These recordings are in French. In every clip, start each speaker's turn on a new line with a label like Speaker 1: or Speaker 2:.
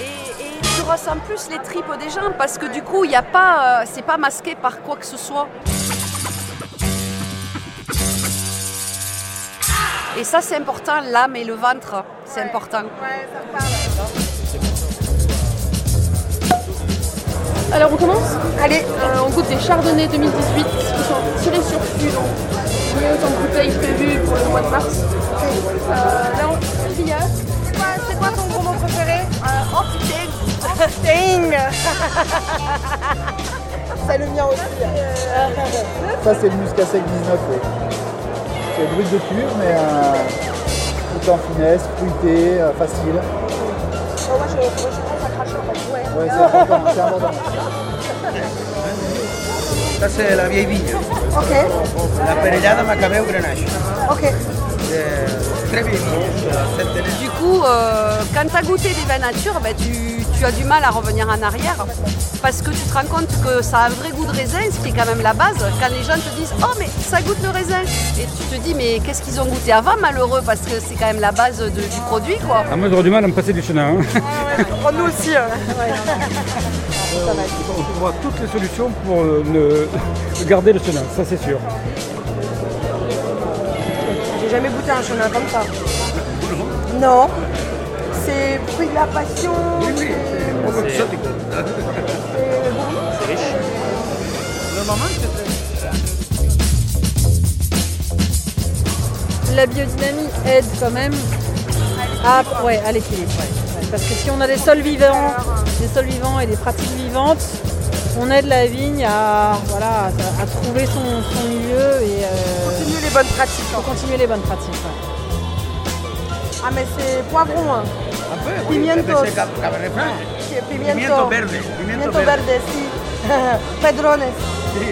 Speaker 1: Et, tu ressens plus les tripes des gens parce que du coup, il n'y a pas, euh, c'est pas masqué par quoi que ce soit. Et ça, c'est important, l'âme et le ventre, c'est important.
Speaker 2: Ouais, ça me parle.
Speaker 3: Alors on commence Allez, euh, on goûte des chardonnays 2018 qui sont tirés sur fût, donc liés aux temps de bouteilles prévues pour le mois de mars. Euh, là on euh, triage.
Speaker 2: C'est quoi, c'est quoi ton gros mot préféré
Speaker 1: Euh, oh putain,
Speaker 2: Sting C'est le mien aussi.
Speaker 4: Ça, c'est le muscat sec 19. ouais. C'est brut de cuir, mais euh, tout en finesse, fruité, euh, facile.
Speaker 2: Oh, moi, je, moi, je pense à cracher en fait. Ouais.
Speaker 4: Ouais, c'est important, c'est important.
Speaker 5: Ça, c'est la vieille vigne.
Speaker 2: Ok,
Speaker 5: La Perellada Macabeu Grenache.
Speaker 2: ok.
Speaker 5: C'est très vieille vigne. centenaire.
Speaker 1: Du coup, euh, quand tu as goûté des vins nature, ben, tu, tu as du mal à revenir en arrière parce que tu te rends compte que ça a un vrai goût de raisin, ce qui est quand même la base. Quand les gens te disent Oh, mais ça goûte le raisin Et tu te dis Mais qu'est-ce qu'ils ont goûté avant, malheureux Parce que c'est quand même la base de- du produit, quoi.
Speaker 6: Ah, moi j'aurais du mal à me passer du chenin. hein.
Speaker 2: Prends nous aussi. euh.
Speaker 6: On trouvera toutes les solutions pour euh, ne garder le chenin, ça c'est sûr.
Speaker 2: J'ai jamais goûté un chenin comme ça. Non. C'est fruit de la passion.
Speaker 5: Un poco exótico. Le moment, c'était...
Speaker 7: La biodynamie aide quand même à, ouais, à l'équilibre. ouais. Parce que si on a des sols vivants, des sols vivants et des pratiques vivantes, on aide la vigne à, voilà, à, à trouver son, son milieu et euh,
Speaker 2: Continue les bonnes pratiques.
Speaker 7: pour
Speaker 2: hein.
Speaker 7: continuer les bonnes pratiques. ouais.
Speaker 2: Ah, mais c'est poivron. hein.
Speaker 5: Un peu,
Speaker 2: Pimientos.
Speaker 5: c'est cab- Cabernet Franc.
Speaker 2: C'est pimiento.
Speaker 5: Pimiento verde.
Speaker 2: Pimiento verde, si. Pedrones.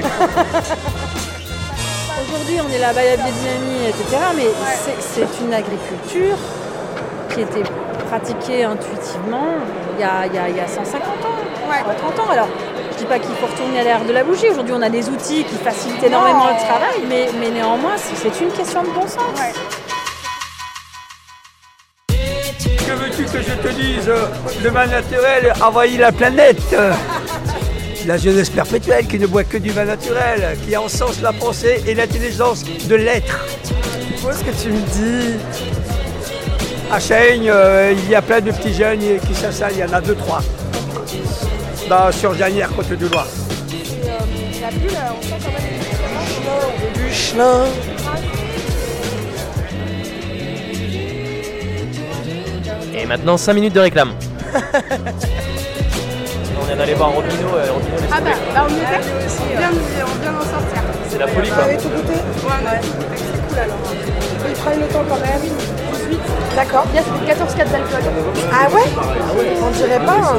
Speaker 7: Aujourd'hui, on est là-bas à la biodynamie, etc. Mais c'est- c'est une agriculture qui était pratiquée intuitivement il y a, il y a- il y a 150 ans, 130 ans. Alors, je dis pas qu'il faut retourner à l'ère de la bougie. Aujourd'hui, on a des outils qui facilitent énormément le travail, mais, mais néanmoins, c'est- c'est une question de bon sens.
Speaker 8: Que veux-tu que je te dise Le vin naturel envahit la planète. La jeunesse perpétuelle qui ne boit que du vin naturel, qui encense la pensée et l'intelligence de l'être. Moi, ce que tu me dis. À Chaigne, euh, il y a plein de petits jeunes qui s'installent, il y en a deux, trois. Dans, sur Janière, côte du Loir.
Speaker 2: Du chenin.
Speaker 9: Et maintenant 5 minutes de réclame. on vient d'aller voir Robino, euh, Robino, laisse
Speaker 3: Ah
Speaker 9: tomber.
Speaker 3: bah là on est on vient, de- on vient d'en sortir.
Speaker 9: hein. c'est la folie
Speaker 2: Vous
Speaker 9: quoi.
Speaker 2: avez tout goûté Ouais, ouais. C'est cool alors. Il prennent le temps quand même. 18. D'accord.
Speaker 3: Là c'était 14 4 d'alcool.
Speaker 2: Ah ouais On dirait pas. hein.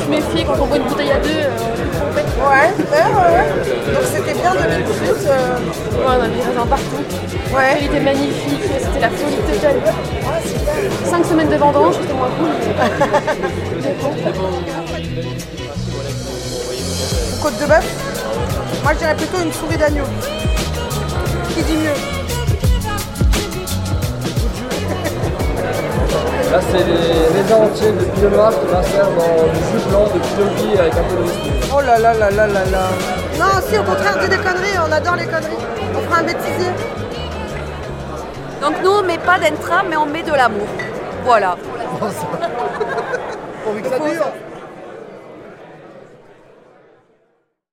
Speaker 3: Je méfie quand on boit une bouteille à deux. euh, on fait.
Speaker 2: Ouais, ouais, ouais, ouais. Donc c'était bien 2018. euh,
Speaker 3: Ouais, on a mis des raisins partout.
Speaker 2: Ouais.
Speaker 3: Il était magnifique, c'était la folie totale. 5 semaines de vendange, c'était moins cool.
Speaker 2: Une côte de bœuf. Moi je dirais plutôt une souris d'agneau. Qui dit mieux
Speaker 10: Là, c'est les raisins entiers de pinot noir qui macèrent dans du jus blanc de pinot gris avec un peu de whisky.
Speaker 2: Oh là là là là là là. Non, si au contraire, dis des conneries, on adore les conneries. On fera un bêtisier.
Speaker 1: Donc, nous, on met pas d'intra, mais on met de l'amour. Voilà.
Speaker 4: Pourvu que ça dure